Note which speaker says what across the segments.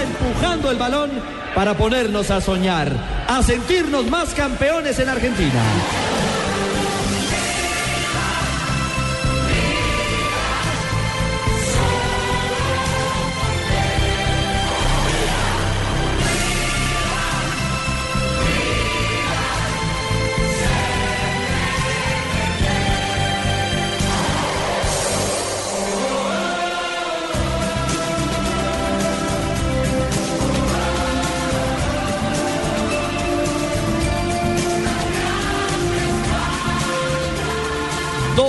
Speaker 1: empujando el balón para ponernos a soñar, a sentirnos más campeones en Argentina.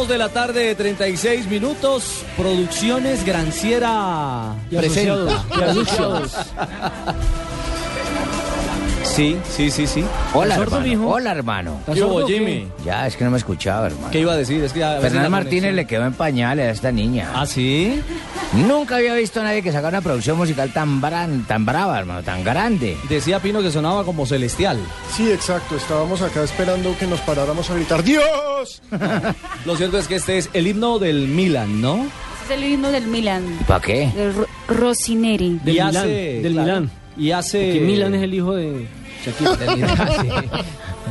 Speaker 1: de la tarde, 36 minutos. Producciones Granciera
Speaker 2: presenta.
Speaker 1: Sí, sí, sí, sí.
Speaker 2: Hola,
Speaker 1: ¿Estás sordo,
Speaker 2: hermano.
Speaker 1: mijo?
Speaker 2: Hola, hermano.
Speaker 1: ¿Estás sordo,
Speaker 3: hubo,
Speaker 1: qué?
Speaker 3: Jimmy?
Speaker 2: Ya, es que no me escuchaba, hermano.
Speaker 1: ¿Qué iba a decir? Es que a veces la
Speaker 2: Fernán Martínez
Speaker 1: conexión-
Speaker 2: le quedó en pañales a esta niña.
Speaker 1: ¿Ah, sí?
Speaker 2: Nunca había visto a nadie que sacara una producción musical tan, bran- tan brava, hermano, tan grande.
Speaker 1: Decía Pino que sonaba como celestial.
Speaker 4: Sí, exacto. Estábamos acá esperando que nos paráramos a gritar ¡Dios!
Speaker 1: Lo cierto es que este es el himno del Milan, ¿no?
Speaker 5: Es el himno del Milan,
Speaker 2: ¿Y para qué?
Speaker 5: de Ro- Rosineri.
Speaker 6: Del
Speaker 1: y
Speaker 6: Milán, del Milán.
Speaker 1: Y hace...
Speaker 6: Que Milan es el hijo de Shakira.
Speaker 2: Del Milán, sí.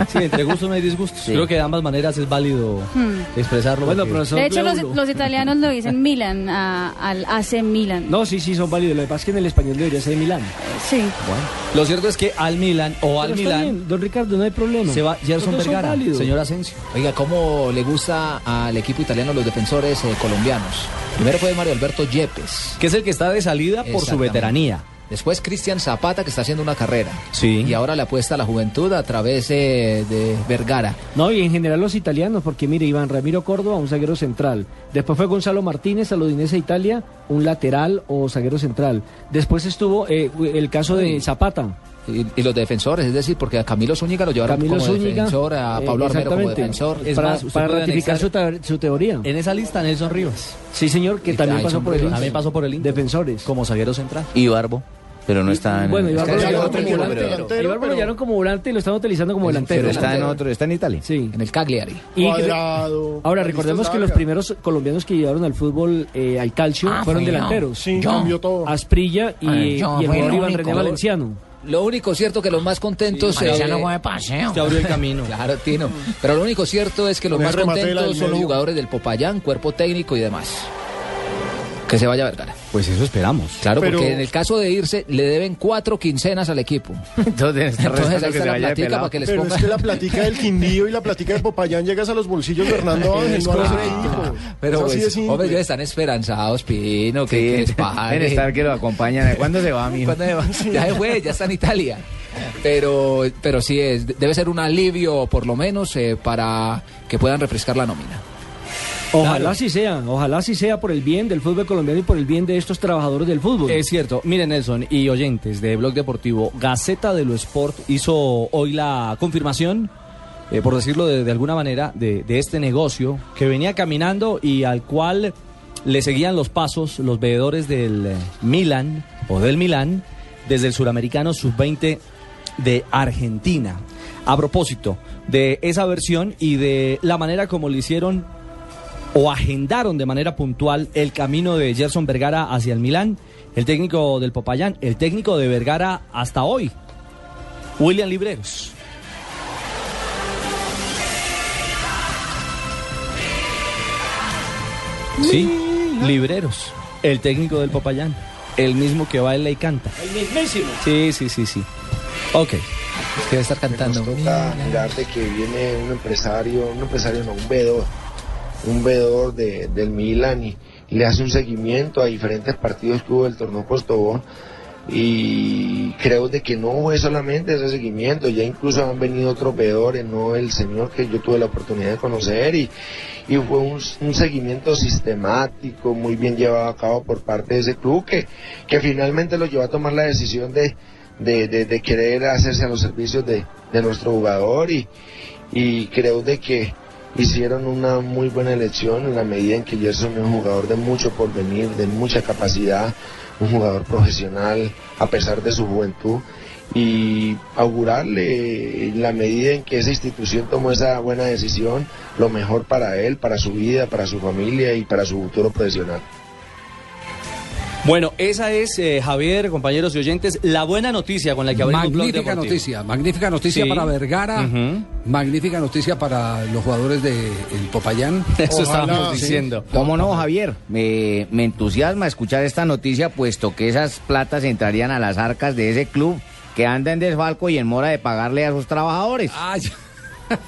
Speaker 1: Sí, entre gustos no hay disgustos.
Speaker 2: Sí.
Speaker 1: Creo que de ambas maneras es válido
Speaker 5: Hmm.
Speaker 1: expresarlo.
Speaker 6: Bueno,
Speaker 1: porque-
Speaker 6: profesor.
Speaker 5: De hecho, los,
Speaker 6: Glaulo.
Speaker 5: los italianos lo dicen Milan, a- al AC Milan.
Speaker 6: No, sí, sí, son válidos. Lo que pasa es que en el español debería ser Milán.
Speaker 5: Sí.
Speaker 1: Lo cierto es que al Milan o al
Speaker 6: Pero está
Speaker 1: Milan
Speaker 6: bien, Don Ricardo, no hay problema.
Speaker 1: se va
Speaker 6: Los
Speaker 1: Gerson
Speaker 6: dos son
Speaker 1: Vergara,
Speaker 6: válidos.
Speaker 1: señor Asensio.
Speaker 7: Oiga, ¿cómo le gusta al equipo italiano los defensores eh, colombianos? Primero fue Mario Alberto Yepes.
Speaker 1: Que es el que está de salida por su
Speaker 7: Exactamente.
Speaker 1: veteranía.
Speaker 7: Después Cristian Zapata, que está haciendo una carrera.
Speaker 1: Sí.
Speaker 7: Y ahora le apuesta a la juventud a través eh, de Vergara.
Speaker 6: No, y en general los italianos, porque mire, Iván Ramiro Córdoba, un zaguero central. Después fue Gonzalo Martínez a la Udinese Italia, un lateral o zaguero central. Después estuvo eh, el caso de Zapata.
Speaker 7: Y, y los defensores, es decir, porque a Camilo Zúñiga lo llevaron
Speaker 6: Camilo
Speaker 7: como
Speaker 6: Zúñiga.
Speaker 7: defensor, a
Speaker 6: eh,
Speaker 7: Pablo Armero como
Speaker 6: exactamente,
Speaker 7: defensor.
Speaker 1: Es
Speaker 6: para
Speaker 1: más, usted
Speaker 6: para
Speaker 1: puede
Speaker 6: ratificar su, ta- su teoría.
Speaker 1: En esa lista, Nelson Rivas.
Speaker 6: Sí, señor, que
Speaker 7: Y
Speaker 6: también
Speaker 7: ahí
Speaker 6: pasó
Speaker 7: son
Speaker 6: por el
Speaker 7: pruebas.
Speaker 6: Inter.
Speaker 1: También pasó por el Inter.
Speaker 6: Defensores.
Speaker 1: Como zaguero central.
Speaker 2: Y Barbo, pero no está en...
Speaker 6: Bueno, Ibarbo
Speaker 2: está
Speaker 6: lo
Speaker 2: en-
Speaker 6: llevaron
Speaker 4: Pero otro
Speaker 6: como
Speaker 4: equipo,
Speaker 6: volante.
Speaker 4: pero-
Speaker 6: A Ibarbo lo llevaron como volante y lo están utilizando como delantero.
Speaker 2: pero está en otro, está en Italia.
Speaker 6: Sí.
Speaker 7: En el Cagliari.
Speaker 6: Y
Speaker 4: Cuadrado.
Speaker 6: ahora
Speaker 4: Listo,
Speaker 6: recordemos que los
Speaker 4: Saga.
Speaker 6: primeros colombianos que llevaron al fútbol eh, al calcio
Speaker 2: Ah,
Speaker 6: fueron
Speaker 2: fue, no.
Speaker 6: delanteros.
Speaker 4: Sí, cambió todo.
Speaker 6: Ah, Asprilla y,
Speaker 2: Ay, yo
Speaker 6: y el
Speaker 2: fui el
Speaker 6: jugador Iván
Speaker 2: único.
Speaker 6: René Valenciano.
Speaker 7: Lo único cierto que los más contentos... eh,
Speaker 2: Marciano fue de paseo.
Speaker 1: Te abrió el camino.
Speaker 7: Claro, Tino. Pero lo único cierto es que los
Speaker 4: Me
Speaker 7: más
Speaker 4: rematé la del
Speaker 7: contentos son los
Speaker 4: medio.
Speaker 7: jugadores del Popayán, cuerpo técnico y demás. Que se vaya Vergara.
Speaker 1: Pues eso esperamos.
Speaker 7: Claro,
Speaker 4: Pero-
Speaker 7: porque en el caso de irse, le deben cuatro quincenas al equipo.
Speaker 4: Ah,
Speaker 2: Entonces,
Speaker 7: Entonces ahí
Speaker 2: que
Speaker 7: está
Speaker 2: se
Speaker 7: la
Speaker 2: vaya de
Speaker 7: platica
Speaker 2: pelado.
Speaker 7: para que les
Speaker 4: Pero es
Speaker 7: ponga.
Speaker 4: que la platica del Quindío y la platica de Popayán llegas a los bolsillos de Hernando Ángel, no a los del equipo.
Speaker 7: Pero
Speaker 4: Es así de
Speaker 7: pues,
Speaker 4: simple.
Speaker 7: hombre, ellos están esperanzados, Pino, que, que les
Speaker 2: Sí, en
Speaker 7: paguen.
Speaker 2: estar que lo acompañan. ¿Cuándo se va, mijo?
Speaker 7: ¿Cuándo se va? Ya se fue, ya está en Italia. Pero, pero sí es, debe ser un alivio, por lo menos, eh, para que puedan refrescar la nómina.
Speaker 6: Ojalá así sea, ojalá así sea por el bien del fútbol colombiano y por el bien de estos trabajadores del fútbol.
Speaker 1: Es cierto. Miren, Nelson y oyentes de Blog Deportivo, Gaceta de lo Sport hizo hoy la confirmación, eh, por decirlo de, de alguna manera, de, de este negocio que venía caminando y al cual le seguían los pasos los veedores del eh, Milan o del Milan desde el suramericano sub-20 de Argentina. A propósito de esa versión y de la manera como le hicieron o agendaron de manera puntual el camino de Gerson Vergara hacia el Milán, el técnico del Popayán, el técnico de Vergara hasta hoy, William Libreros. Sí, Libreros, el técnico del Popayán, el mismo que baila y canta. El mismísimo. Sí, sí, sí, sí. Ok.
Speaker 7: Es que debe estar cantando.
Speaker 8: Nos toca mirar de que viene un empresario, un empresario no, un vedor, un vedor de, del Milan y, y le hace un seguimiento a diferentes partidos que hubo del torneo Postobón y creo de que no es solamente ese seguimiento, ya incluso han venido otros veedores, no el señor que yo tuve la oportunidad de conocer y, y fue un, un seguimiento sistemático, muy bien llevado a cabo por parte de ese club que, que finalmente lo llevó a tomar la decisión de, de, de- de querer hacerse a los servicios de, de nuestro jugador y, y creo de que hicieron una muy buena elección en la medida en que Gerson es un jugador de mucho porvenir, de mucha capacidad, un jugador profesional a pesar de su juventud y augurarle eh, en la medida en que esa institución tomó esa buena decisión, lo mejor para él, para su vida, para su familia y para su futuro profesional.
Speaker 1: Bueno, esa es, eh, Javier, compañeros y oyentes, la buena noticia con la que abrimos Blog
Speaker 3: Magnífica
Speaker 1: Deportivo.
Speaker 3: noticia, magnífica noticia
Speaker 1: Sí.
Speaker 3: para Vergara,
Speaker 1: Ujú.
Speaker 3: magnífica noticia para los jugadores de el Popayán.
Speaker 1: Eso
Speaker 4: Ojalá,
Speaker 1: estábamos
Speaker 4: sí.
Speaker 1: diciendo.
Speaker 2: ¿Cómo no, Javier? Me, me entusiasma escuchar esta noticia, puesto que esas platas entrarían a las arcas de ese club que anda en desfalco y en mora de pagarle a sus trabajadores.
Speaker 3: Ah, ya.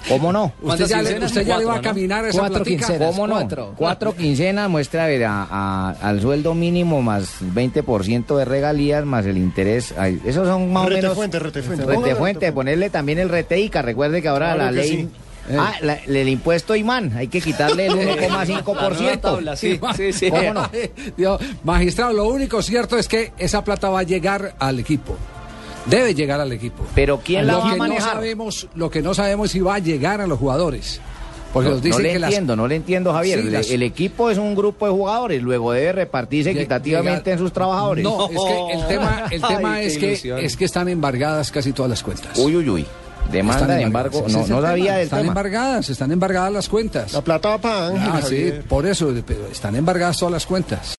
Speaker 2: ¿Cómo no?
Speaker 3: usted
Speaker 1: ¿Cuántas
Speaker 3: ya, le,
Speaker 1: quincenas?
Speaker 3: usted ya le va a
Speaker 1: Cuatro, ¿no?
Speaker 3: caminar esa
Speaker 7: Cuatro
Speaker 3: platica.
Speaker 7: quincenas.
Speaker 2: ¿Cómo no?
Speaker 7: cuatro.
Speaker 2: quincenas muestra a ver, a- a- al sueldo mínimo más 20% de regalías más el interés. Ay, esos son más o menos.
Speaker 4: Retefuente, retefuente.
Speaker 2: Retefuente,
Speaker 4: Póngale retefuente.
Speaker 2: ponerle también el RTICA. Recuerde que ahora
Speaker 4: Claro
Speaker 2: la
Speaker 4: que
Speaker 2: ley.
Speaker 4: sí.
Speaker 2: Ah, la- el impuesto imán, hay que quitarle el Ah,
Speaker 1: La nueva
Speaker 2: 1,5%.
Speaker 1: tabla, sí, sí, sí.
Speaker 2: ¿Cómo no?
Speaker 3: Digo, magistrado, lo único cierto es que esa plata va a llegar al equipo. Debe llegar al equipo.
Speaker 2: Pero ¿quién la
Speaker 3: lo
Speaker 2: va a
Speaker 3: que no
Speaker 2: manejar?
Speaker 3: sabemos, lo que no sabemos es si va a llegar a los jugadores. Porque
Speaker 2: no,
Speaker 3: nos Pues
Speaker 2: no
Speaker 3: dicen
Speaker 2: le
Speaker 3: que las-
Speaker 2: entiendo, no le entiendo, Javier.
Speaker 3: Sí,
Speaker 2: Le-
Speaker 3: las-
Speaker 2: El equipo es un grupo de jugadores, luego debe repartirse
Speaker 3: Lle-
Speaker 2: equitativamente
Speaker 3: llegar-
Speaker 2: en sus trabajadores.
Speaker 3: No, es que el tema, el tema
Speaker 1: Ay, qué
Speaker 3: es, que,
Speaker 1: ilusión.
Speaker 3: es que están embargadas casi todas las cuentas.
Speaker 2: Uy, uy, uy. Demanda,
Speaker 3: Están
Speaker 2: de embargo,
Speaker 3: embargadas.
Speaker 2: no,
Speaker 3: Ese es
Speaker 2: no
Speaker 3: el
Speaker 2: sabía
Speaker 3: tema.
Speaker 2: del
Speaker 3: Están
Speaker 2: tema.
Speaker 3: embargadas, están embargadas las cuentas.
Speaker 4: La plata va para Ángel,
Speaker 3: Ah, sí,
Speaker 4: Javier.
Speaker 3: por eso, pero están embargadas todas las cuentas.